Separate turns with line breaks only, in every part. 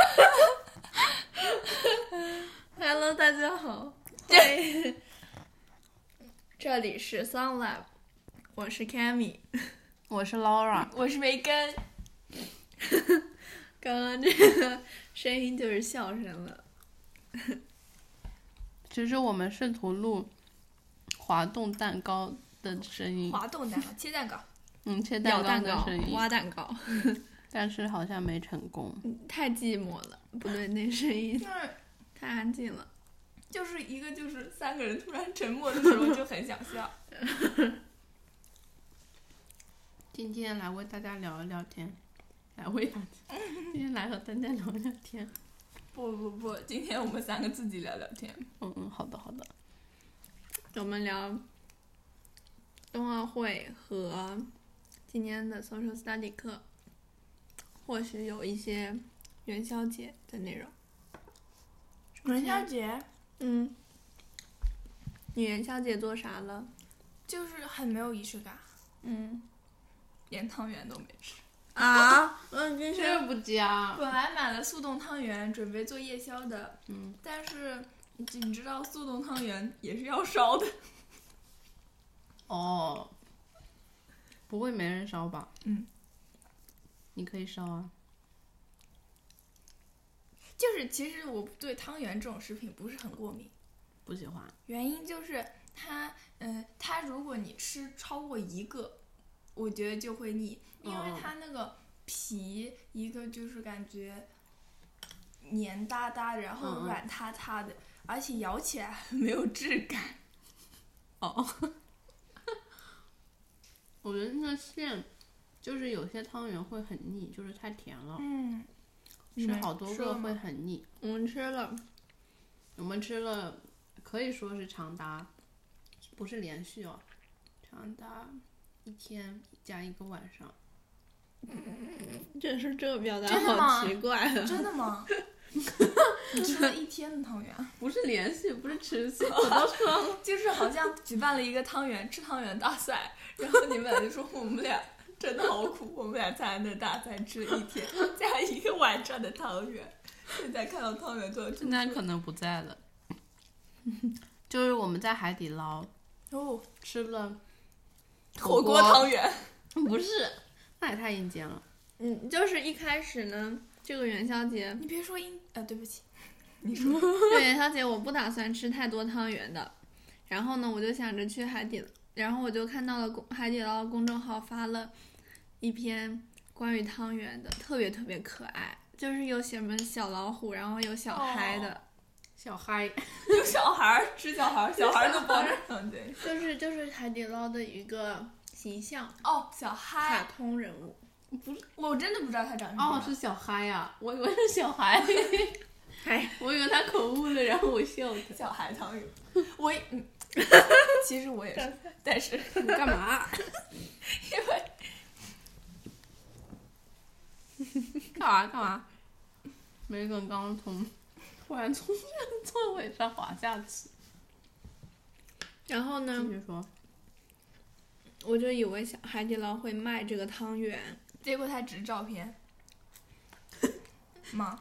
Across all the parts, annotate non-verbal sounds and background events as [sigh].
[laughs] 是 Sunlab，我是 Cammy，
我是 Laura，
我是梅根。
[laughs] 刚刚这个声音就是笑声了。
其实我们试图录滑动蛋糕的声音，
滑动蛋糕，切蛋糕，
嗯，切
咬蛋
蛋的
糕
声，音，
挖蛋糕，
但是好像没成功。
太寂寞了。不对，那声音
就是
太安静了。
就是一个就是三个人突然沉默的时候就很想笑。
今天来为大家聊一聊天，来为大家， [laughs] 今天来和大家聊聊天。
不不不，今天我们三个自己聊聊天。
嗯嗯，好的好的，
我们聊冬奥会和今年的 Social Study 课，或许有一些元宵节的内容。
元宵节
嗯，你元宵节做啥了？
就是很没有仪式感，
嗯
连汤圆都没吃。 [laughs]
啊，嗯，真
这不加，
本来买了速冻汤圆，准备做夜宵的，
嗯，
但是你你知道速冻汤圆也是要烧的， [laughs]
哦，不会没人烧吧？
嗯，
你可以烧啊。
就是其实我对汤圆这种食品不是很过敏。
不喜欢，
原因就是它，嗯、它如果你吃超过一个，我觉得就会腻，因为
嗯
它那个皮，一个就是感觉黏哒哒，然
嗯
后
嗯
软塌塌的，而且咬起来很没有质感。
我觉得那个馅，就是有些汤圆会很腻，就是太甜了，
嗯，
吃好多
吃
个
了吗
会很腻。
我们吃了，
我们吃了，可以说是长达，不是连续哦，长达一天加一个晚上。
这是这个表达
真的
哎好
吗
奇怪
[laughs]
啊！
真的吗？你吃了一天的 [laughs] 汤圆，
不是连续，不是持续，我都说了。
就是好像举办了一个汤圆吃汤圆大赛，然后你们俩就说我们俩真的好苦，我们俩参加的大赛吃了一 [laughs] 天加一个晚上的汤圆，现在看到汤圆都要吃
现在可能不在了。就是我们在海底捞
哦
吃了
火锅汤圆，
不是，那也太阴间了。
嗯，就是一开始呢，这个元宵节，
你别说英呃对不起，你说 [laughs]
[laughs] 这个元宵节我不打算吃太多汤圆的，然后呢，我就想着去海底，然后我就看到了公海底捞公众号发了一篇关于汤圆的，特别特别可爱，就是有什么小老虎，然后有小嗨的，
小嗨，
有小孩儿吃小孩儿，小孩儿都包着汤圆
就是就是海底捞的一个形象，
[laughs] 哦小
卡
嗨，
通人物，
我真的不知道他长什么
哦，
样。
是小嗨呀、我以为是小孩， [laughs]
嗨，
我以为他口误了，然后我笑他。
小孩汤圆， [laughs] 我也嗯，其实我也是，但是
[laughs] 你干嘛？啊 [laughs]
因为
干嘛干嘛？梅根刚刚从突然从这个座位上滑下去，
然后呢
继，续说，
我就以为小海底捞会卖这个汤圆，
结果他只是照 [laughs] 片。妈，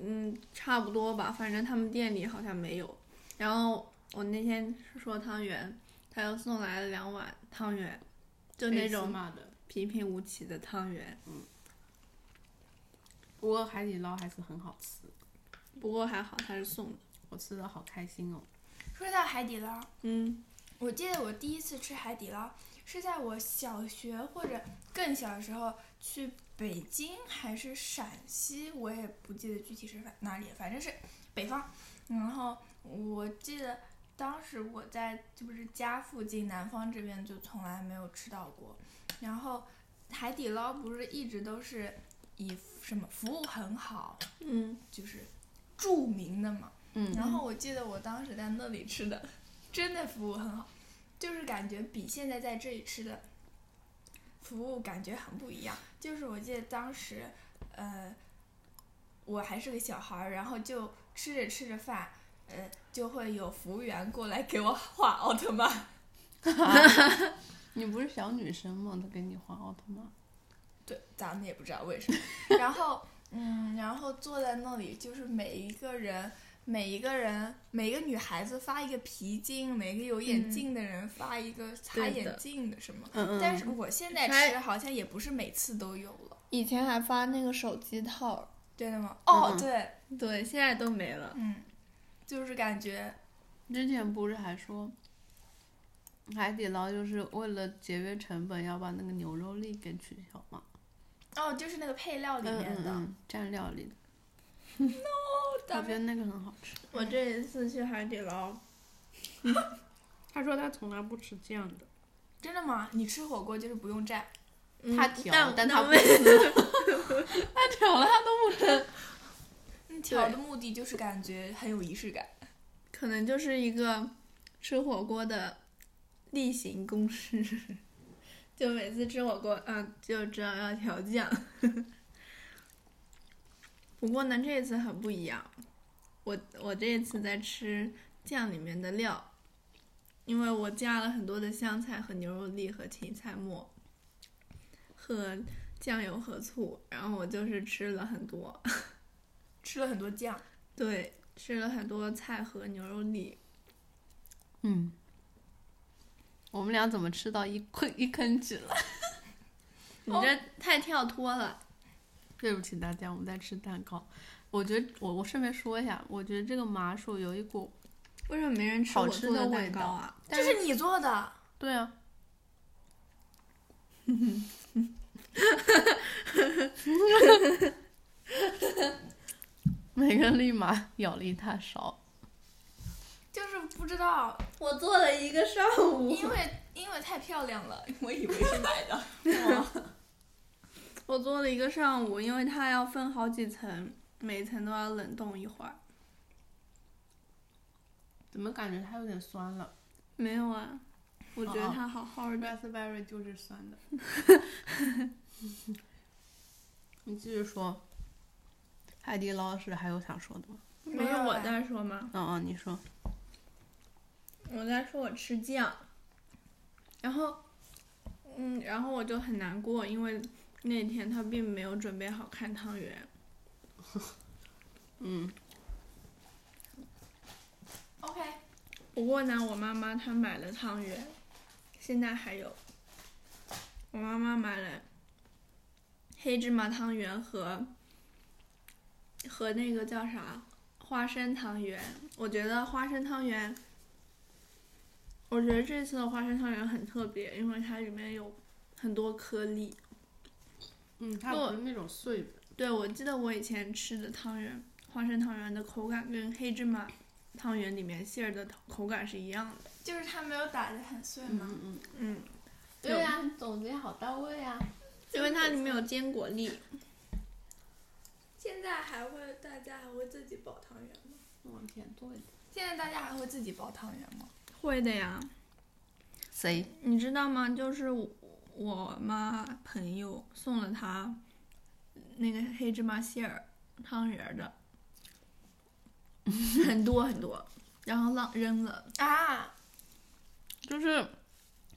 嗯，差不多吧，反正他们店里好像没有。然后我那天说汤圆，他又送来了两碗汤圆，就那种
骂的。
平平无奇的汤圆。
不过海底捞还是很好吃，
不过还好他是送的，
我吃的好开心哦。
说到海底捞，
嗯，
我记得我第一次吃海底捞是在我小学或者更小的时候去北京还是陕西，我也不记得具体是哪里，反正是北方。然后我记得当时我在就是家附近南方这边就从来没有吃到过。然后海底捞不是一直都是以什么服务很好，
嗯，
就是著名的嘛。
嗯
然后我记得我当时在那里吃的，真的服务很好，就是感觉比现在在这里吃的服务感觉很不一样。就是我记得当时，呃，我还是个小孩儿，然后就吃着吃着饭，呃，就会有服务员过来给我画奥特曼。
你不是小女生吗？他给你画奥特曼，
对，咱们也不知道为什么。然后，嗯，然后坐在那里，就是每一个人，每一个人，每一个女孩子发一个皮筋，每个有眼镜的人发一个擦
对的
眼镜的什么。
嗯嗯
但是我现在吃好像也不是每次都有了，
以前还发那个手机套，
真的吗？哦，
嗯
对，
对，现在都没了。
嗯，就是感觉
之前不是还说，海底捞就是为了节约成本，要把那个牛肉粒给取消嘛？
哦，就是那个配料里面的。
嗯嗯嗯，蘸料里的，我
咱
觉
们
得那个很好吃。
我这一次去海底捞，
他说他从来不吃酱的，
真的吗？你吃火锅就是不用蘸？嗯
他
嗯
调
但
但
他
他
不
不
[laughs]
他调了，他都
嗯，调的目的就是感觉很有仪式感。
可能就是一个吃火锅的例行公事，就每次吃火锅啊，就知道要调酱。不过呢，这一次很不一样，我我这一次在吃酱里面的料，因为我加了很多的香菜和牛肉粒和芹菜末，和酱油和醋，然后我就是吃了很多。 [laughs]
吃了很多酱，
对，吃了很多菜和牛肉粒，
嗯，我们俩怎么吃到一坑一坑去了？ [laughs]
你这太跳脱了。
对不起大家，我们在吃蛋糕。我觉得我我顺便说一下，我觉得这个麻薯有一股，
为什么没人吃
好
我
吃
做
的
蛋
味
糕
道
啊？
这是你做的，
对啊， [laughs] 每个立马舀了一大勺。
就是不知道，
我做了一个上午，
因为因为太漂亮了，我以为是买的。
我做了一个上午，因为它要分好几层，每一层都要冷冻一会儿。
怎么感觉它有点酸了
没有啊，我觉得
哦哦
它好好的。
？Raspberry 就是酸 [laughs] 的。你继续说，海底捞是还有想说的吗？
不是
哎
我在说吗？
嗯嗯，你说。
我在说我吃酱，然后，嗯，然后我就很难过，因为那天他并没有准备好看汤圆。
嗯，
OK，
不过呢，我妈妈她买了汤圆，现在还有。我妈妈买了黑芝麻汤圆和和那个叫啥花生汤圆。我觉得花生汤圆，我觉得这次的花生汤圆很特别，因为它里面有很多颗粒。
嗯，它
不
不是那种碎的。
对，我记得我以前吃的汤圆，花生汤圆的口感跟黑芝麻汤圆里面馅儿的口感是一样的。
就是它没有打得很碎
嗯
嘛。
嗯嗯，
嗯。
对呀、总结好到位啊。
因为它里面有坚果粒，
现在还会大家还会自己包汤圆吗？
往前坐一点。
现在大家还会自己包汤圆吗？
会的呀。
谁？
你知道吗？就是我我妈朋友送了她那个黑芝麻馅儿汤圆儿的，很多很多，然后浪扔了。
啊，
就是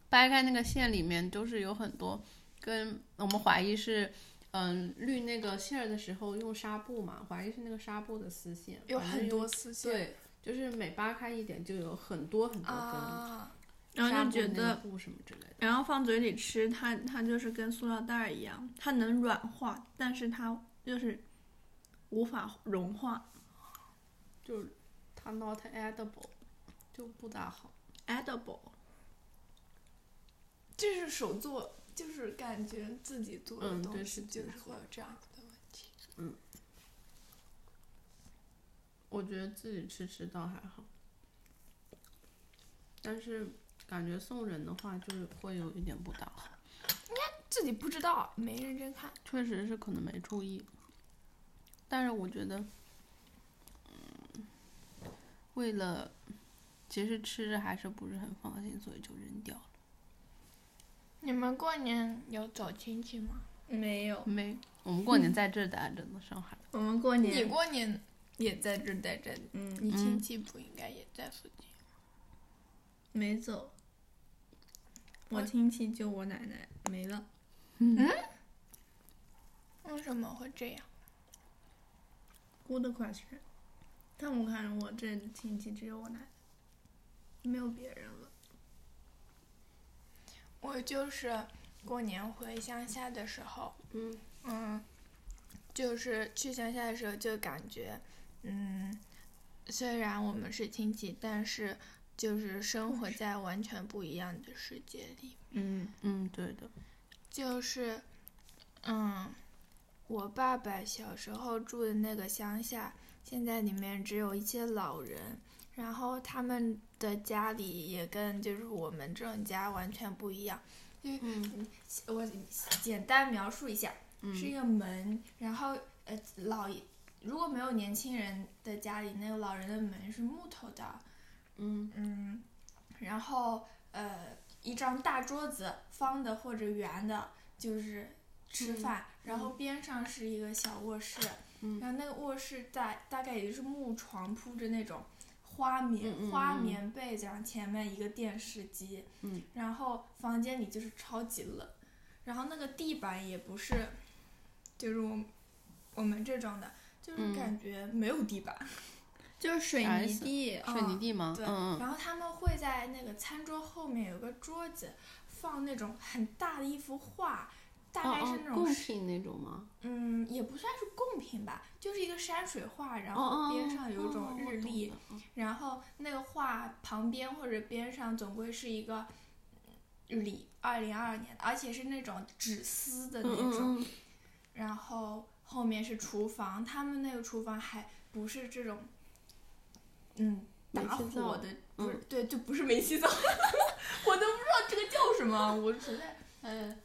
掰开那个馅里面，就是有很多跟我们怀疑是，嗯，滤那个馅儿的时候用纱布嘛，怀疑是那个纱布的丝线，
有
反正
很
用
多丝线
对，就是每扒开一点就有很多很多根。
啊，
然
纱
后就觉
布那
得，
个布什么之类的，
然后放嘴里吃，它它就是跟塑料袋儿一样，它能软化，但是它就是无法融化。
就是它 not edible，就不大好。
edible，
这是手做，就是感觉自己做的
嗯
东
对
西
是
就
自己
是
做
会有这样子的问题。
我觉得自己吃吃倒还好，但是感觉送人的话就是会有一点不大好，
自己不知道，没认真看。
确实是可能没注意。但是我觉得，嗯，嗯为了其实吃着还是不是很放心，所以就扔掉了。
你们过年有走亲戚吗？
没有。
没，我们过年在这儿待着呢，上海。
我们过
你
年，
过年也在这儿待着，
嗯，
你亲
嗯
戚不应该也在附近？
没走，我
我
亲戚就我奶奶没了。
为什么会这样？
Good question，但我看我这亲戚只有我奶奶，没有别人了。
我就是过年回乡下的时候，
嗯
嗯，就是去乡下的时候就感觉，嗯，虽然我们是亲戚，但是就是生活在完全不一样的世界里。
嗯，
嗯，对的，
就是，嗯，我爸爸小时候住的那个乡下，现在里面只有一些老人，然后他们的家里也跟就是我们这种家完全不一样。
嗯
我简单描述一下，是一个门，然后呃老一如果没有年轻人的家里，那个老人的门是木头的，
嗯
嗯，然后呃一张大桌子，方的或者圆的，就是吃饭，然后边上是一个小卧室，
嗯
然后那个卧室大大概也就是木床铺着那种花棉
嗯嗯嗯
花
嗯
棉被子，然后前面一个电视机，
嗯，
然后房间里就是超级冷，然后那个地板也不是，就是我们我们这种的，就是
嗯
感觉没有地板，
就是水
啥意
泥
思
地，
嗯
水泥地吗？
对，
嗯嗯
然后他们会在那个餐桌后面有个桌子，放那种很大的一幅画，大概是
哦
那
哦，
种、
贡品那种吗？
嗯，也不算是贡品吧，就是一个山水画，然
哦
后
哦，
边上有一
哦
种日历，，
哦我懂了
然后那个画旁边或者边上总归是一个礼，二零二二年的，而且是那种纸撕的那
嗯
种，
嗯嗯，
然后后面是厨房，他们那个厨房还不是这种，嗯，打
煤气灶
火的，不是、
嗯
对，就不是煤气灶， [laughs] 我都不知道这个叫什么，我实在哎
嗯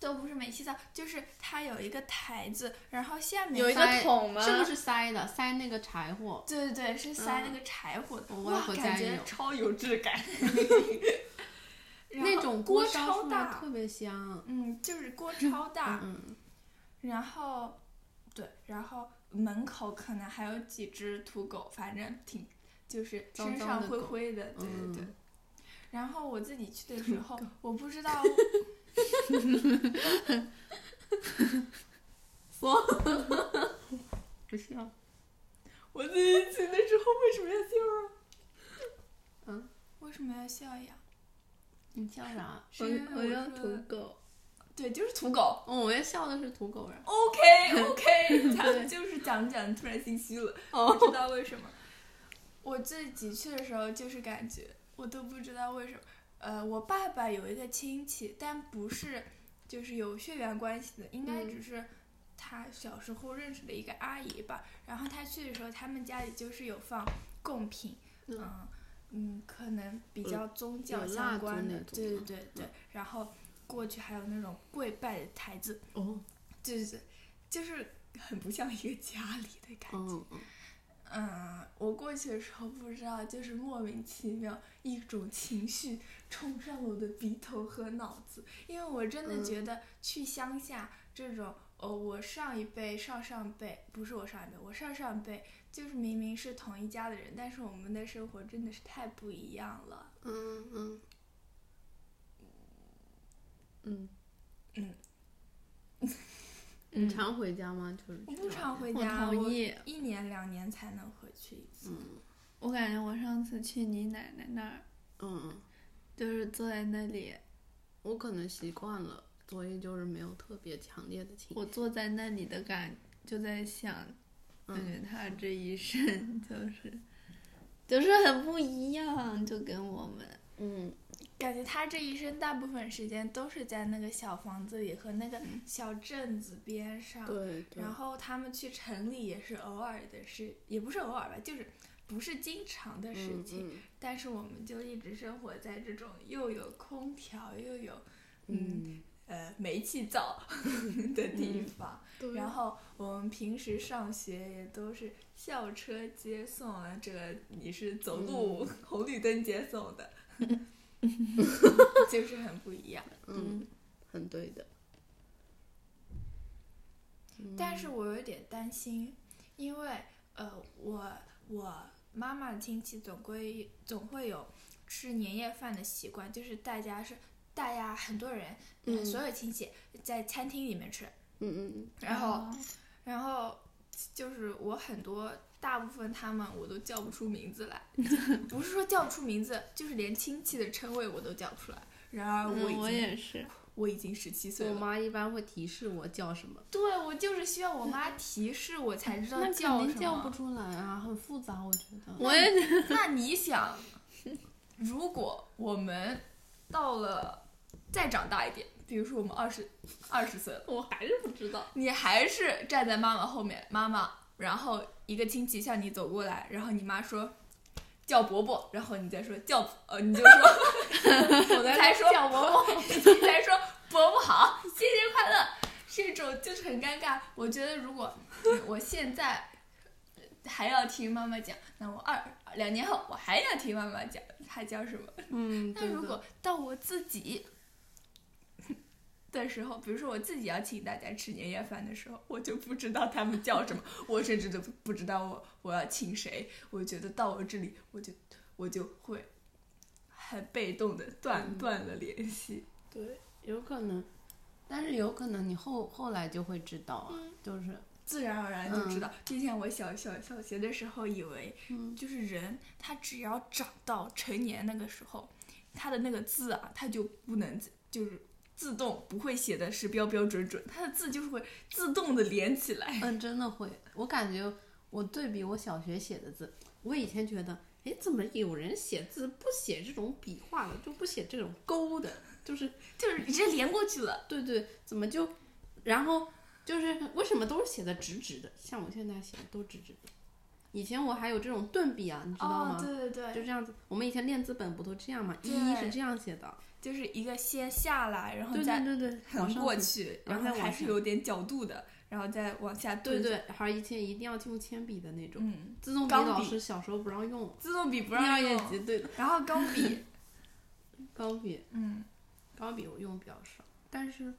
都不是煤气灶，就是它有一个台子，然后下面
有一个
塞
桶吗？
是不是塞的？塞那个柴火？
对对对，是塞
嗯
那个柴火的，
我外
哇，
婆
感
家也
觉
有
超有质
[laughs]
感， [laughs] 然后
那种
锅
烧
超
出来
大，
特别香。
嗯，就是锅超大，
嗯嗯
然后，对，然后门口可能还有几只土狗，反正挺就是
脏
身
脏
上
的
灰
狗
灰的，对对对。
嗯
然后我自己去的时候，我不
[laughs]
知道
不笑。
我自己去的时候为什么要笑啊？
嗯，
为什么要笑呀？
你叫啥？
是
我
因
我
为
要
说
土狗，
对，就是土狗。
哦，我也笑的是土狗人。
OK [laughs] OK，他们就是讲着讲着突然心虚了，
哦
不知道为什么。 [laughs] 我自己去的时候就是感觉我都不知道为什么。呃，我爸爸有一个亲戚，但不是就是有血缘关系的，应该
嗯
只是他小时候认识的一个阿姨吧。然后他去的时候，他们家里就是有放贡品，
嗯
嗯嗯，可能比
有
较宗教
有
相
蜡烛
关的
那，种
对对
吗
对对。然后过去还有那种跪拜的台子，
哦，
就是就是很不像一个家里的感觉。
嗯嗯
嗯，我过去的时候不知道，就是莫名其妙一种情绪冲上了我的鼻头和脑子，因为我真的
嗯
觉得去乡下这种，呃、我上一辈、上上辈不是我上一辈，我上上辈就是明明是同一家的人，但是我们的生活真的是太不一样了。
嗯嗯嗯
嗯
嗯。你常回家吗？就是
我不常回
嗯我
家，我
同意。
一年两年才能回去一次。
嗯
我感觉我上次去你奶奶那儿，
嗯嗯，
就是坐在那里，
我可能习惯了，所以就是没有特别强烈的情绪。
我坐在那里的感，就在想，感
嗯
觉他这一生 [laughs] 就是，就是很不一样，就跟我们。
嗯
感觉他这一生大部分时间都是在那个小房子里和那个小镇子边
嗯
上，
对对
然后他们去城里也是偶尔的事，也不是偶尔吧，就是不是经常的事
嗯
情。
嗯
但是我们就一直生活在这种又有空调又有
嗯，
呃煤气灶 [laughs] 的地
嗯
方，
对
然后我们平时上学也都是校车接送啊，这个你是走
嗯
路、红绿灯接
[laughs]
送的，就是很不一样。
嗯，很对的。嗯
但是我有点担心，因为呃，我我妈妈亲戚总归总会有吃年夜饭的习惯，就是大家是大家很多人，呃
嗯
所有亲戚在餐厅里面吃，
啊
嗯嗯嗯，
然后然后就是我很多大部分他们我都叫不出
[laughs]
名字来，不是说叫不出名字，就是连亲戚的称谓我都叫不出来。然而我已
嗯，
经、
我也是，
我已经十七岁
我
了，
妈一般会提示我叫什么，
对我就是需要我妈提示我才知道
那
叫
肯定
什
叫不
么。
出来啊，很复杂，我觉得。
我也 [laughs] 是，
那你想，如果我们到了再长大一点，比如说我们二十二十岁了。
我还是不知道。
你还是站在妈妈后面，妈妈，然后一个亲戚向你走过来，然后你妈说叫伯伯，然后你再说叫呃，你就
[laughs]
说
我在
才说
叫伯伯，
[laughs] 你再说伯伯好，新年快乐，这种就是很尴尬。我觉得如果我现在还要听妈妈讲，那我二两年后我还要听妈妈讲，她叫什么？
嗯，
那
对
如
的
果到我自己 [laughs] 的时候，比如说我自己要请大家吃年夜饭的时候，我就不知道他们叫什么，我甚至都不不知道我我要请谁。我觉得到我这里，我就我就会很被动的断、
嗯
断了联系。
对，有可能，但是有可能你后后来就会知道啊，
嗯
就是
自然而然就
嗯
知道。就像我小小小学的时候，以为
嗯
就是人，他只要长到成年那个时候，他的那个字啊，他就不能就是自动不会写的是标标准准，他的字就是会自动的连起来。 [laughs]
嗯，真的会，我感觉我对比我小学写的字，我以前觉得，哎，怎么有人写字不写这种笔画的，就不写这种勾的，就是
就是你这连过去了，
对对，怎么就，然后就是为什么都是写的直直的，像我现在写的都直直的，以前我还有这种顿笔啊，你知道吗？
哦对对
就
对，
这样子，我们以前练字本不都这样吗？一
对哦
一是这样写的，
就是一个先下来，然后
对
再
对对对，往
横
上
过
走
去，
然
然
后
后
再
还
往
是
上
有点角度的，然后再往下
对
蹲。，
对，还以前一定要用铅笔的那种，
嗯，
自动笔
钢
老
笔
师小时候不让用，
自动笔不
一
让
二年
用，
级对的，
然后钢
[laughs]
笔，
钢笔
嗯，
钢笔我用比较少，但是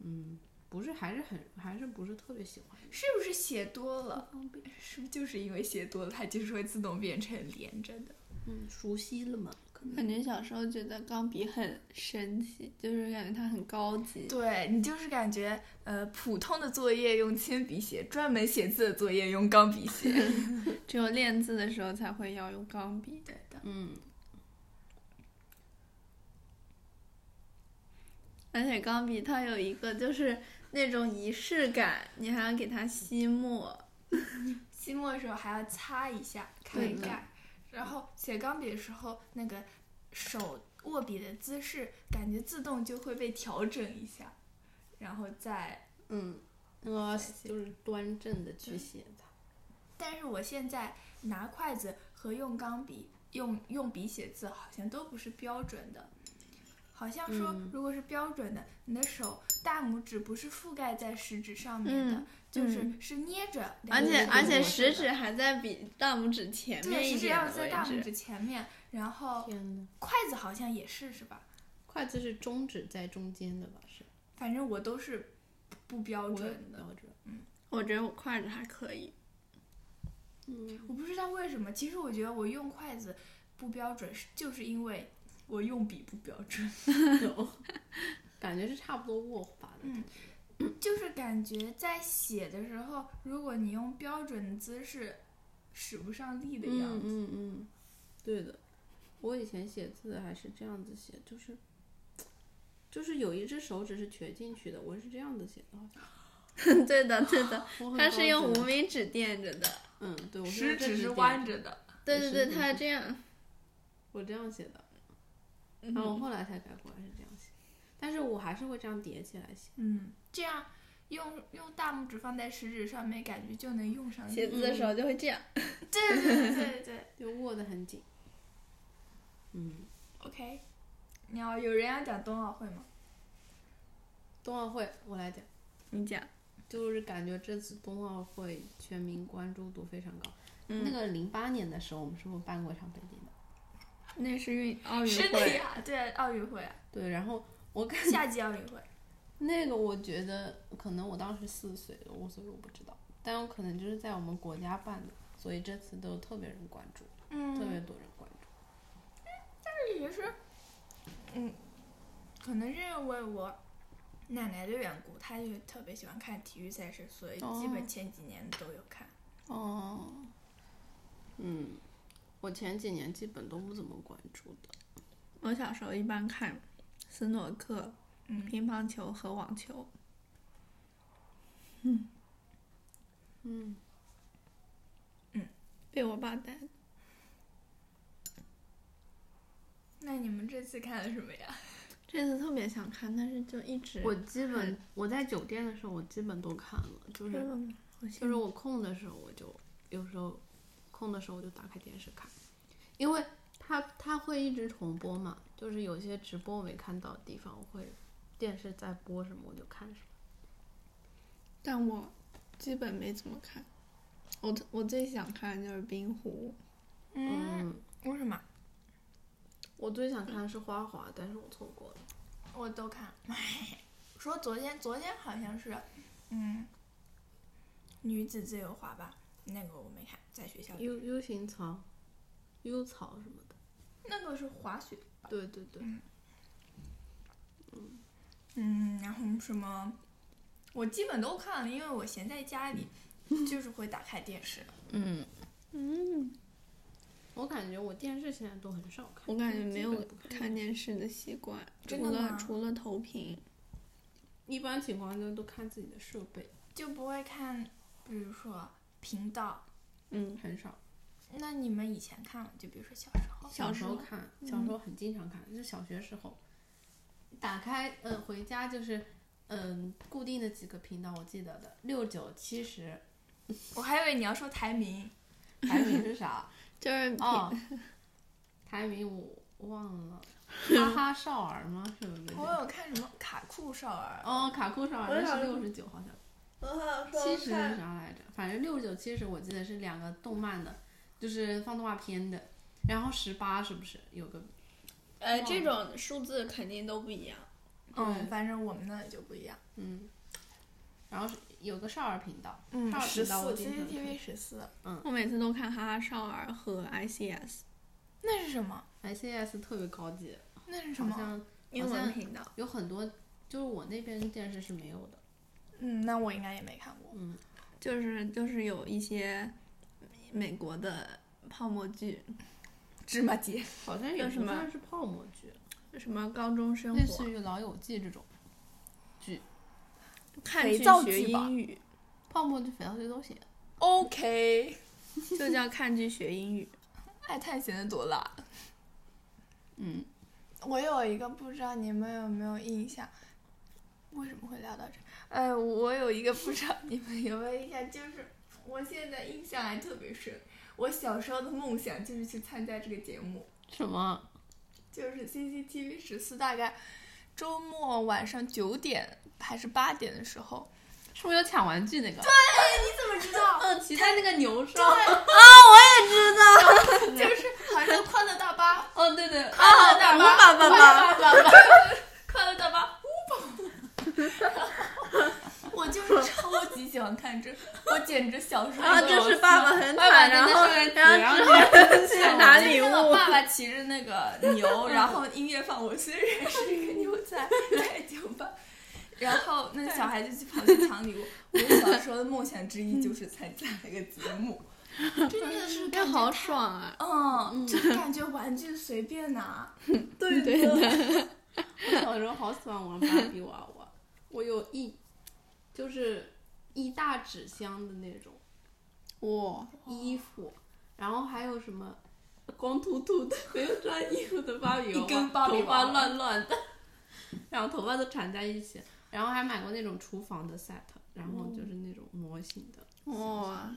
嗯，不是还是很还是不是特别喜欢用
是不是写多了？
钢笔，
是不是就是因为写多了，它就是会自动变成连着的？
嗯，熟悉了嘛，可能
感觉小时候觉得钢笔很神奇，就是感觉它很高级。
对你就是感觉，呃，普通的作业用铅笔写，专门写字的作业用钢笔写。 [laughs]
只有练字的时候才会要用钢笔。
对的，
嗯，
而且钢笔它有一个就是那种仪式感，你还要给它吸墨。
期末的时候还要擦一下，看
对
一
的
看。然后写钢笔的时候，那个手握笔的姿势，感觉自动就会被调整一下，然后再
嗯，我
谢谢
就是端正的去写它，
但是我现在拿筷子和用钢笔、用用笔写字好像都不是标准的，好像说
嗯
如果是标准的，你的手大拇指不是覆盖在食指上面的，
嗯
就是、
嗯
是捏着两
而
个手
且
指头的，
而且食指还在比大拇指前
对
面一
食指
点
要
的
在大拇
位置。
指前面，然后
天呐，
筷子好像也是是吧？
筷子是中指在中间的吧？是，
反正我都是不标
我也
准
不
的，
标准，
我觉得我筷子还可以，
嗯，
我不知道为什么。其实我觉得我用筷子不标准，是就是因为我用笔不标准。
有，感觉是差不多握法的
嗯
感觉，
就是感觉在写的时候，如果你用标准的姿势，使不上力的样
嗯
子。
嗯嗯，对的。我以前写字还是这样子写，就是就是有一只手指是瘸进去的，我是这样子写的，好像
嗯 [laughs] 对的对
[laughs]
的，
我很
它是用
高级
无名指垫着的。
嗯，对，我
食
用这
指
指
是
点
弯
的，
着的，
对对对，
是
它这样。
我这样写的，然后我
嗯，
后来才改过来是这样写，但是我还是会这样叠起来写。
嗯，这样用用大拇指放在食指上面，感觉就能用上力。
写字的时候就会这样。
对对对对
就握得很紧。嗯，
，OK。你要有人要讲冬奥会吗？
冬奥会我来讲，
你讲，
就是感觉这次冬奥会全民关注度非常高。那
嗯，
个零八年的时候，我们是不是办过一场北京的？
那是运奥运
是的
会。
呀，对啊，奥运会啊，
对，然后我感
夏季奥运会。
那个我觉得可能我当时四岁了，我所以我不知道，但有可能就是在我们国家办的，所以这次都特别人关注，特别
嗯，
多人关注。
也是，嗯，可能是因为我奶奶的缘故，她就特别喜欢看体育赛事，所以基
哦
本前几年都有看。
哦，嗯，我前几年基本都不怎么关注的。
我小时候一般看斯诺克、
嗯，
乒乓球和网球。
嗯，
嗯被我爸带，
那你们这次看了什么呀？
这次特别想看，但是就一直
我基本我在酒店的时候，我基本都看了，就
真
是
的吗我
就
就是
我空的时候，我就有时候空的时候我就打开电视看，因为它它会一直重播嘛，就是有些直播我没看到的地方，我会电视在播什么我就看什么。
但我基本没怎么看。我我最想看的就是冰壶，
嗯，
嗯，
为什么？
我最想看的是花滑，但是我错过了。
我都看。 [laughs] 说昨天，昨天好像是，嗯，女子自由滑吧，那个我没看，在学
啊
校里。
U U 型槽、U 槽什么的。
那个是滑雪。
对对对，
嗯，然后什么，我基本都看了，因为我闲在家里，就是会打开电视。
嗯，
嗯，
我感觉我电视现在都很少看，
我感觉没有
基本不看
看电视的习惯，
真
除
的
了
吗
除了投屏，
一般情况下都看自己的设备，
就不会看，比如说频道。
嗯，
很少。
那你们以前看吗？就比如说小时候，
小
时
时
候
候嗯
看，小时候很经常看，就小学时候，打开呃回家就是嗯、固定的几个频道，我记得的六九七十，
我还以为你要说台名。
台名
[laughs]
是啥？
就是
哦，台名我忘
[laughs]
了，哈哈少儿吗？是不
[laughs]
是？
我有看什么卡酷少儿，
哦，卡酷少儿那是六十九好像。
我想
七十是啥来着？反正六九七十我记得是两个动漫的，就是放动画片的。然后十八是不是有个？
哎，这种数字肯定都不一样。
嗯，反正我们那里就不一样。
嗯，然后是有个少儿频道，
嗯
少儿
十
频
四
道我经常看
，CCTV 十四，
我每次都看哈哈少儿和 ICS
那是什么？
ICS 特别高级，
那是什
好
么？
像
英文频道，
有很多，就是我那边电视是没有的。
嗯，那我应该也没看过。
嗯，
就是就是有一些美国的泡沫剧，
芝麻街，
好像也
有
不
什么
算是泡沫剧，
什么高中生
类似
活，
于《老友记》这种
看
肥
剧
皂
学
剧吧
英语，
泡沫剧、肥皂剧都行。
OK，
就叫看剧学英 [laughs] 语。
爱探险的朵拉。
嗯，
我有一个不知道你们有没有印象，为什么会聊到这？哎，我有一个不知道你们有没有印象，就是我现在印象还特别深。我小时候的梦想就是去参加这个节目，
什么？
就是 CCTV 十四，大概周末晚上九点还是八点的时候。
是不是有抢玩具那个？
你怎么知道？
嗯，骑在那个牛上。
[laughs] 就是好像快乐大巴，
[laughs]
哦，对对，
快乐大巴，
爸爸爸，
快乐大巴，乌宝。我就是超级喜欢看这，我简直小时候
然后就是爸爸很惨，
爸爸
然
真
后
的是
然后去拿礼
那个
物，
爸爸骑着那个牛，然后音乐放。我虽然是一个牛仔，在酒吧，然后那小孩就去跑去抢礼物。我小时候的梦想之一就是参加那个节目，真的
这
是感觉
好爽啊！
嗯，就是感觉玩具随便拿。
对对的，
我
[laughs]
小时候好喜欢玩芭比娃娃，我有一就是一大纸箱的那种
哇，
衣服，然后还有什么光秃秃的没有穿衣服的芭比娃娃，
一根芭比
头发
娃娃
乱乱的，然后头发都缠在一起，然后还买过那种厨房的 set，然后就是那种模型的，
哦哇，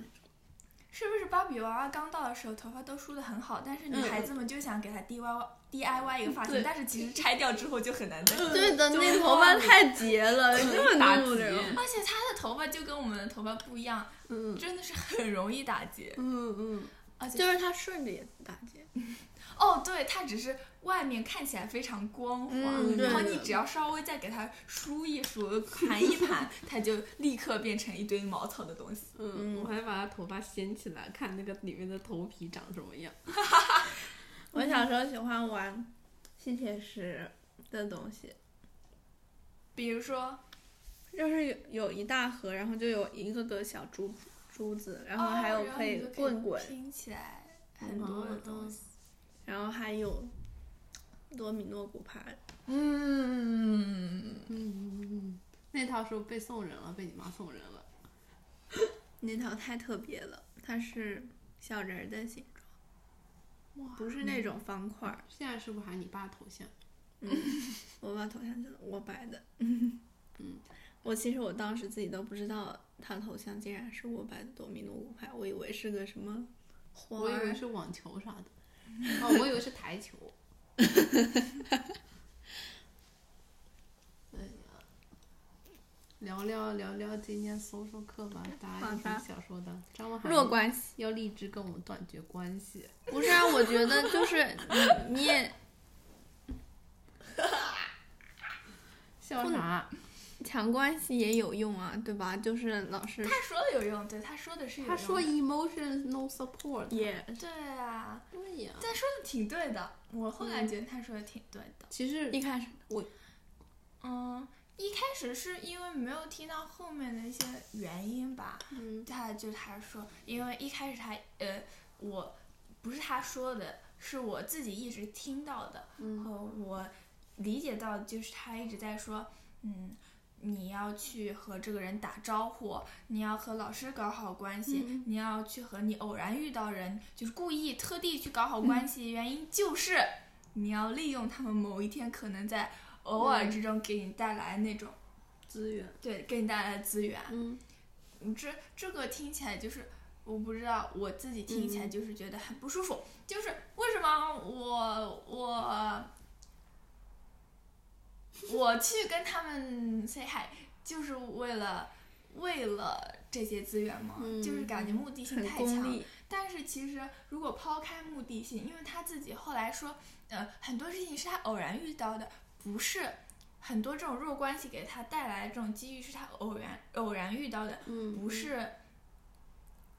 是不是芭比娃娃刚到的时候头发都梳得很好，但是女孩子
嗯
们就想给她 DIY DIY 一个发型
对，
但是其实拆掉之后就很难再。
对的，
就
那
是
头发
乱
太结了，根本
打
弄不了。
结，
而且她的头发就跟我们的头发不一样，
嗯
真的是很容易打结。
嗯嗯，
而且
就是它顺着也打结，
哦，对，它只是外面看起来非常光滑，
嗯
对
然后
的
你只要稍微再给它梳一梳、盘一盘，它就立刻变成一堆毛糙的东西。
嗯，我还把他头发掀起来，看那个里面的头皮长什么样。
我小时候喜欢玩吸铁石的东西，
比如说，
就是有有一大盒，然后就有一个个小珠珠子，然后
哦
还有
然后
可以
你就
棍棍，
拼起来很多的东西。
然后还有多米诺骨牌，
嗯，
嗯，那套书被送人了，被你妈送人了。
那套太特别了，它是小人儿的形状，不是那种方块儿。
现在是不是还你爸头像？
我把头像真的我摆的， [laughs] 嗯，我其实我当时自己都不知道他头像竟然是我摆的多米诺骨牌，我以为是个什么花
我以为
儿，
是网球啥的，哦，我以为是台球。 [laughs] 哎呀，聊聊聊聊今天搜搜课吧，大家
好
有什么
的
想说的？张文
弱 [laughs]
涵
关系。
要立志跟我们断绝关系。
不是啊，我觉得就是你你也
笑啥？
强关系也有用啊，对吧？就是老师
他说的有用，对，他说的是有用
他
的。
说 emotions no support。
也
对啊，嗯
对呀，
但说的挺对的。我后来觉得他说的挺对的。
其实
一开始
嗯，一开始是因为没有听到后面的一些原因吧。
嗯
他就他说，因为一开始他呃，我不是他说的，是我自己一直听到的。
嗯
呃，我理解到就是他一直在说，嗯，你要去和这个人打招呼，你要和老师搞好关系，你要去和你偶然遇到人，就是故意特地去搞好关系，原因就是你要利用他们某一天可能在偶尔之中给你带来那种、
资源
对给你带来的资源。
嗯
你这这个听起来就是，我不知道，我自己听
嗯
起来就是觉得很不舒服。就是为什么我我我去跟他们 say hi，就是为了为了这些资源吗？
嗯
就是感觉目的性
很
太强
功利，
但是其实如果抛开目的性，因为他自己后来说，呃，很多事情是他偶然遇到的，不是很多这种弱关系给他带来的这种机遇是他偶然偶然遇到的，
嗯，
不是、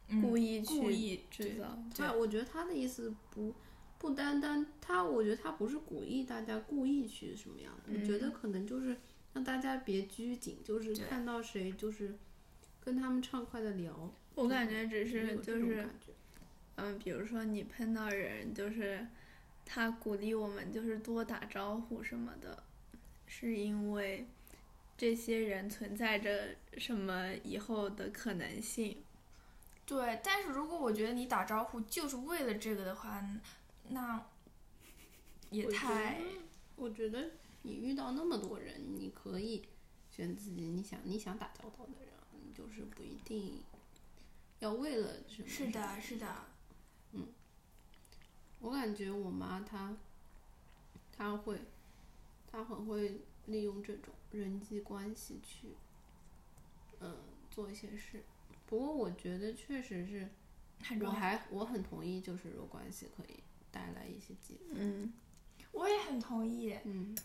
嗯
故意去
故意
制造，
他，我觉得他的意思不不单单他，我觉得他不是鼓励大家故意去什么样的，我觉得可能就是让大家别拘谨，就是
嗯对
看到谁就是跟他们畅快的聊，
我感觉只
没
是
有这
就
种
是
感觉
嗯，比如说你碰到人，就是他鼓励我们就是多打招呼什么的，是因为这些人存在着什么以后的可能性，
对，但是如果我觉得你打招呼就是为了这个的话，
[laughs]
那也
我觉
太
得我觉得你遇到那么多人，你可以选自己你想你想打交道的人，啊你就是不一定要为了什么
是的，是的，
我感觉我妈她，她会，她很会利用这种人际关系去，嗯，做一些事。不过我觉得确实是，
很
我
重要。
还我很同意，就是弱关系可以带来一些机会。
嗯，
我也很同意，
嗯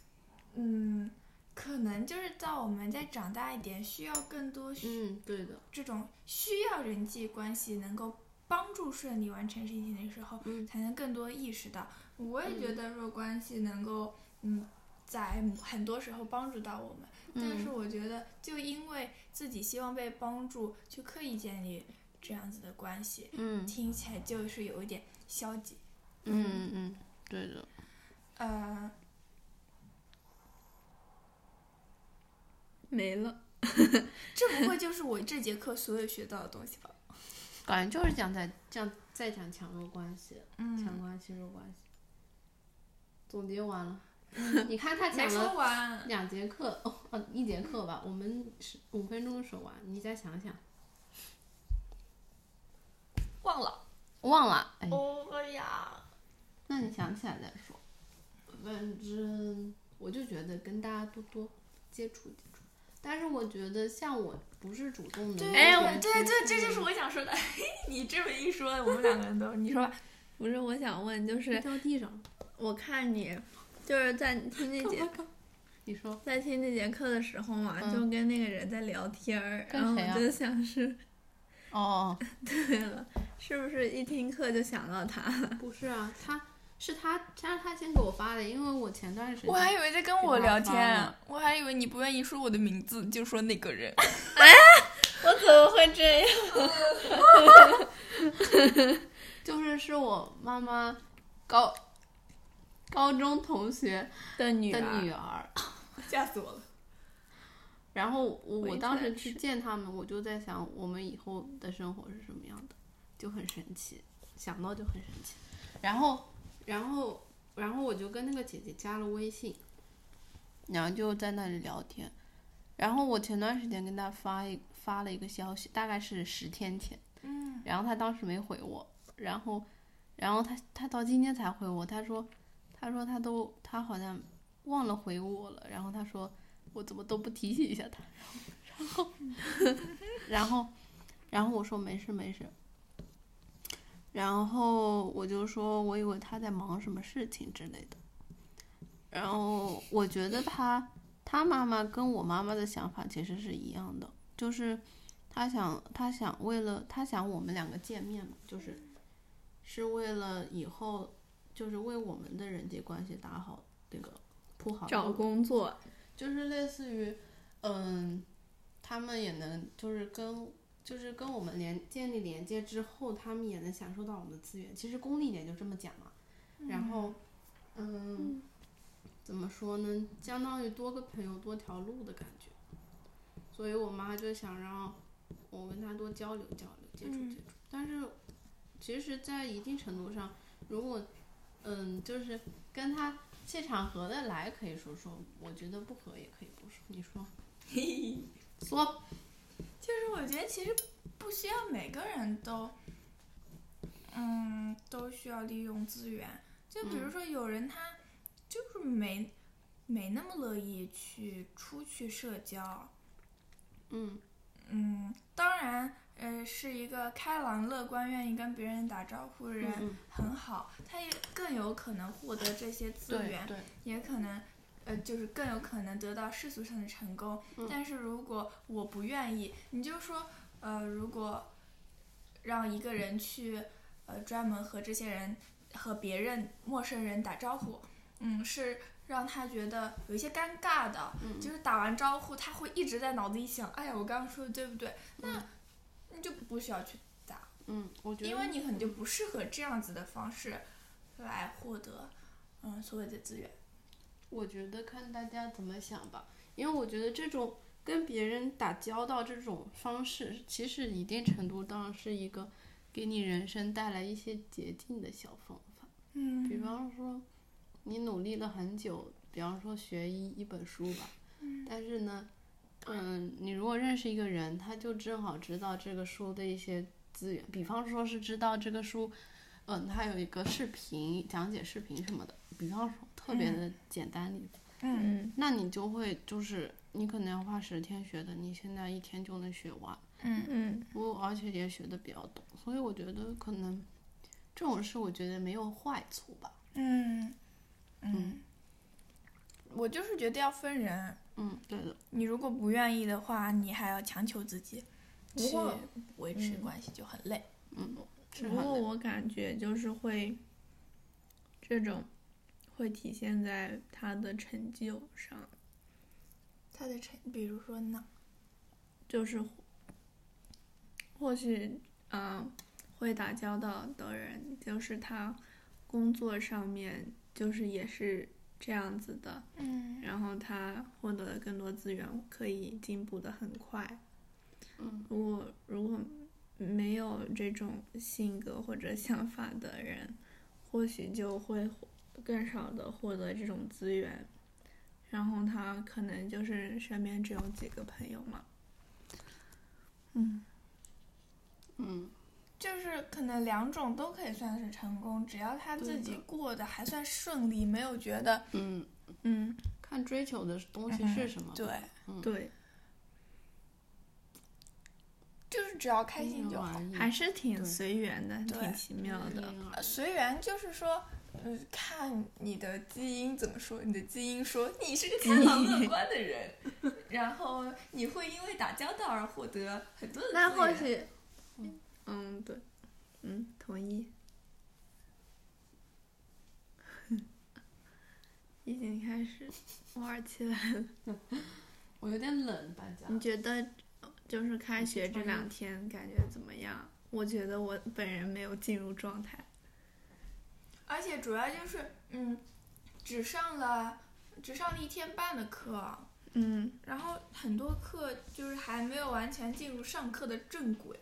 嗯，可能就是到我们再长大一点，需要更多需
嗯，对的，
这种需要人际关系能够帮助顺利完成事情的时候，
嗯
才能更多意识到。我也
嗯
觉得弱关系能够，嗯，在很多时候帮助到我们，但
嗯
是我觉得就因为自己希望被帮助，就刻意建立这样子的关系，
嗯
听起来就是有一点消极。
嗯嗯，对的。
呃，
没了，
这不会就是我这节课所有学到的东西吧？
感觉就是讲在讲在讲强弱关系，强
嗯，
关系弱关系。总结完
[laughs]
了，你看他
没
讲了
说完。
两节课哦，哦，一节课吧，我们是五分钟说完，你再想想，
忘了。
忘了，哎，
哦呀，
那你想起来再说。反正我就觉得跟大家多多接触接触，但是我觉得像我不是主动的，
对，
我
嗯哎我对对，这就是我想说的。 [laughs] 你这么一说，我们两个人都，你说吧。
不是我想问，就是
掉地上了。
我看你就是在听那节
你说
在听那节课的时候嘛，
嗯
就跟那个人在聊天儿，
跟
然后
谁啊
我就想是， [laughs]
哦，
对了，是不是一听课就想到他？ [laughs]
哦
[laughs] 不是啊，他是他，他是他先给我发的，因为我前段时间
我还以为在跟我聊
给他发
天啊
了，
我还以为你不愿意说我的名字，就说那个人。
我怎么会这样？
就是是我妈妈高高中同学
[laughs] 的女
的
儿，
女儿，
[laughs] 吓死我了！
然后我
我一
我
直
当
在
时去
吃
见他们，我就在想我们以后的生活是什么样的，就很神奇，想到就很神奇。然后，然后，然后我就跟那个姐姐加了微信，然后就在那里聊天。然后我前段时间跟她发一发了一个消息，大概是十天前，
嗯，
然后她当时没回我，然后，然后她她到今天才回我，她说，她说她都她好像忘了回我了，然后她说我怎么都不提醒一下她， [laughs] 然后，然后，然后我说没事没事，然后我就说我以为她在忙什么事情之类的，然后我觉得她她妈妈跟我妈妈的想法其实是一样的，就是。她想，她想为了，她想我们两个见面嘛，就是是为了以后，就是为我们的人际关系打好那个铺好
找
路
工作，
就是类似于，嗯，他们也能就是跟就是跟我们连建立连接之后，他们也能享受到我们的资源。其实功利一点就这么讲嘛。然后，嗯，怎么说呢？相当于多个朋友多条路的感觉。所以我妈就想让我跟她多交流交流，接触
嗯
接触。但是，其实，在一定程度上，如果嗯，就是跟她气场合得来，可以说说；我觉得不合也可以不说。你说，说
就是我觉得其实不需要每个人都，嗯，都需要利用资源。就比如说有人他就是没、没那么乐意去出去社交，
嗯
嗯，当然，呃，是一个开朗、乐观、愿意跟别人打招呼的人、
嗯嗯，
很好，他也更有可能获得这些资
对
源，
嗯对，
也可能，呃，就是更有可能得到世俗上的成功。
嗯
但是如果我不愿意，你就说，呃，如果让一个人去，呃，专门和这些人、和别人、陌生人打招呼，嗯，是让他觉得有一些尴尬的，
嗯
就是打完招呼，他会一直在脑子里想，哎呀，我刚刚说的对不对？那你就不需要去，
嗯，我觉得嗯
因为你可能就不适合这样子的方式来获得，嗯，所谓的资源。
我觉得看大家怎么想吧，因为我觉得这种跟别人打交道这种方式，其实一定程度上是一个给你人生带来一些捷径的小方法。
嗯
比方说，你努力了很久，比方说学一一本书吧，但是呢，嗯，你如果认识一个人，他就正好知道这个书的一些资源，比方说是知道这个书，嗯，它有一个视频讲解视频什么的，比方说特别的简单例子，
嗯
嗯，
那你就会就是你可能要花十天学的，你现在一天就能学完。
嗯
嗯，
我而且也学的比较懂，所以我觉得可能这种事，我觉得没有坏处吧。
嗯
嗯
嗯，我就是觉得要分人，
嗯，对的，
你如果不愿意的话，你还要强求自己
不
去
过
维持
嗯
关系，就很累。
嗯，是
不
很
过
累
我感觉就是会，这种会体现在他的成就上，
他的成，比如说呢？
就是或或许嗯、会打交道的人，就是他工作上面就是也是这样子的，
嗯
然后他获得了更多资源，可以进步的很快。
嗯，
如果如果没有这种性格或者想法的人，或许就会获更少的获得这种资源，然后他可能就是身边只有几个朋友嘛。嗯，
嗯，
就是可能两种都可以算是成功，只要他自己过得还算顺利，没有觉得
嗯，
嗯，
看追求的东西是什么。
对，
对，
就是只要开心
因
就
人
好
而。异，
还是挺
嗯对
随缘的，
对
挺
嗯
奇妙的。
因人而
呃
异
随缘就是说，呃，看你的基因怎么说，你的基因说你是个开朗乐观的人， [laughs] 然后你会因为打交道而获得很多的 [laughs]
那
资
或
源
许，嗯，对，嗯，同意。已经开始玩起来了。
我有点冷，大家。
你觉得就是开学这两天感觉怎么样？我觉得我本人没有进入状态。
而且主要就是，嗯，只上了只上了一天半的课，
嗯，
然后很多课就是还没有完全进入上课的正轨，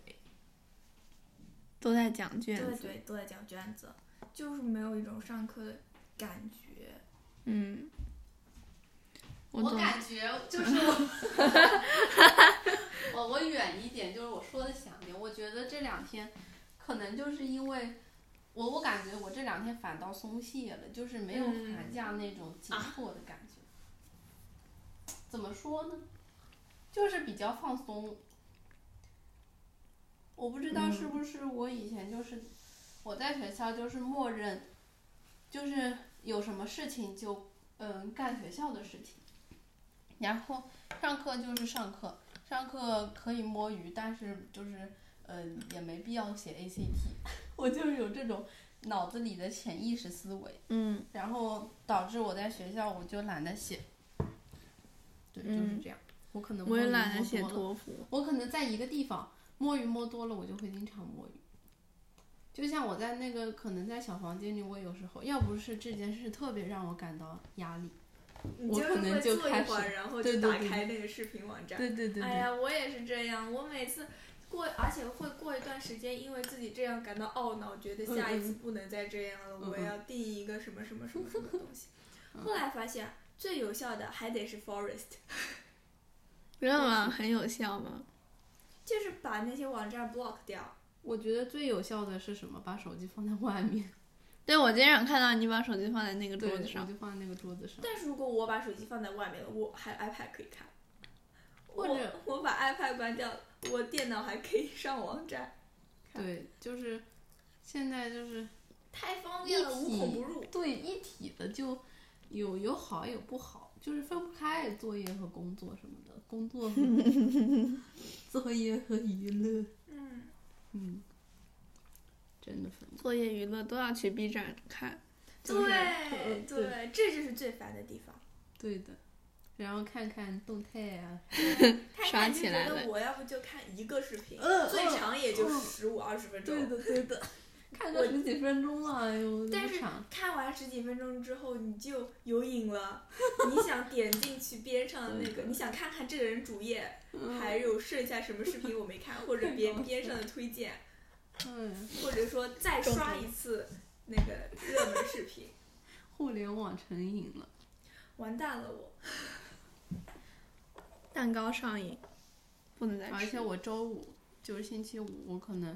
都在讲卷
对
子。
对，都在讲卷子，就是没有一种上课的感觉。
嗯，我
我
总
感觉就是我， [laughs] 我我远一点，就是我说的响点。我觉得这两天，可能就是因为我我感觉我这两天反倒松懈了，就是没有
嗯
寒假那种紧迫的感觉。怎么说呢？就是比较放松。我不知道是不是我以前就是我在学校就是默认，就是有什么事情就嗯干学校的事情。然后上课就是上课，上课可以摸鱼，但是就是呃也没必要写 ACT，我 [laughs] 就是有这种脑子里的潜意识思维，
嗯
然后导致我在学校我就懒得写，对，就是
嗯
这样。我可能
我也
摸鱼
懒得
摸
写
多了
托福。
我可能在一个地方摸鱼摸多了，我就会经常摸鱼。就像我在那个可能在小房间里，我有时候要不是这件事特别让我感到压力，
你
我
就是
可能
会
就
坐一
开
会
始
儿，然后
对
就
对
打
对
开那个视频网站。
对对对对，
哎呀，我也是这样，我每次过，而且会过一段时间，因为自己这样感到懊恼，觉得下一次不能再这样了，
嗯嗯嗯
我要定义一个什么什么什么什么东西。后来发现，最有效的还得是 Forest，
真的吗？很有效吗？
就是把那些网站 block 掉。
我觉得最有效的是什么？把手机放在外面，
对，我经常看到你把手机放在那个桌
对，
子
我
上。
就放在那个桌子上。
但是如果我把手机放在外面了，我还有 iPad 可以看，
或者
我我把 iPad 关掉，我电脑还可以上网站，
对，就是现在就是
太方便了，
一
无
体
孔不入。
对一体的就有有好有不好，就是分不开作业和工作什么的，工作和 [laughs] 作业和娱乐，
嗯，
嗯，真的分不开。
作业娱乐都要去 B 站看。
就是
对
嗯对
对，这就是最烦的地方。
对的，然后看看动态啊，
[laughs]
看
刷
看就
起
觉
来
得
了
我要不就看一个视频，
嗯
最
嗯
长也就
嗯
十五二十分钟。
的对的，看个十几分钟啊，哎呦，
但
那
是
场
[laughs] 看完十几分钟之后，你就有瘾了，你想点进去边上那
对
个，
的
你想看看这个人主页
嗯
还有剩下什么视频我没看，或者边
搞
边上的推荐，
嗯，
或者说再
中
刷
毒
一次那个热门视频，
互联网成瘾了。
完蛋了我。
蛋糕上瘾，不能再吃。
而且我周五就是星期五，我可能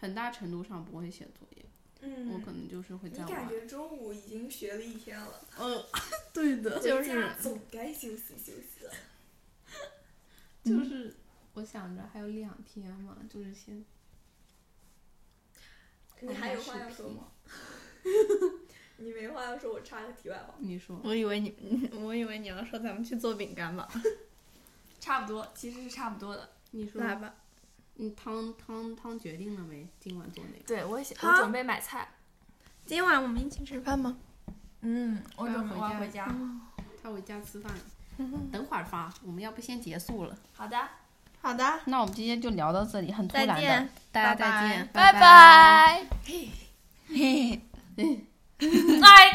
很大程度上不会写作业，我
嗯，
可能就是会
你
在
感
玩。
觉周五已经学了一天了，
嗯，对的，
就
回家
是
总该休息休息了。
就是我想着还有两天嘛，就是先
你
看
还
看
有话
视
要说
频
吗？ [laughs] 你没话要说，我插个题外话。
你说
我以为你， [laughs] 我以为你要说咱们去做饼干吧。
差不多，其实是差不多的。
你说
来吧，
你汤汤汤决定了没？今晚做哪个？
对我想，
好
备买菜。
今晚我们一起吃饭吗？
嗯，我
准备我要
回
回
家。嗯
他回家吃 [laughs] 饭了，等会儿发。我们要不先结束了？
好的，
好的，
那我们今天就聊到这里，很突
再
然
见
的，，大家再见，
[laughs] 拜拜。哎
拜。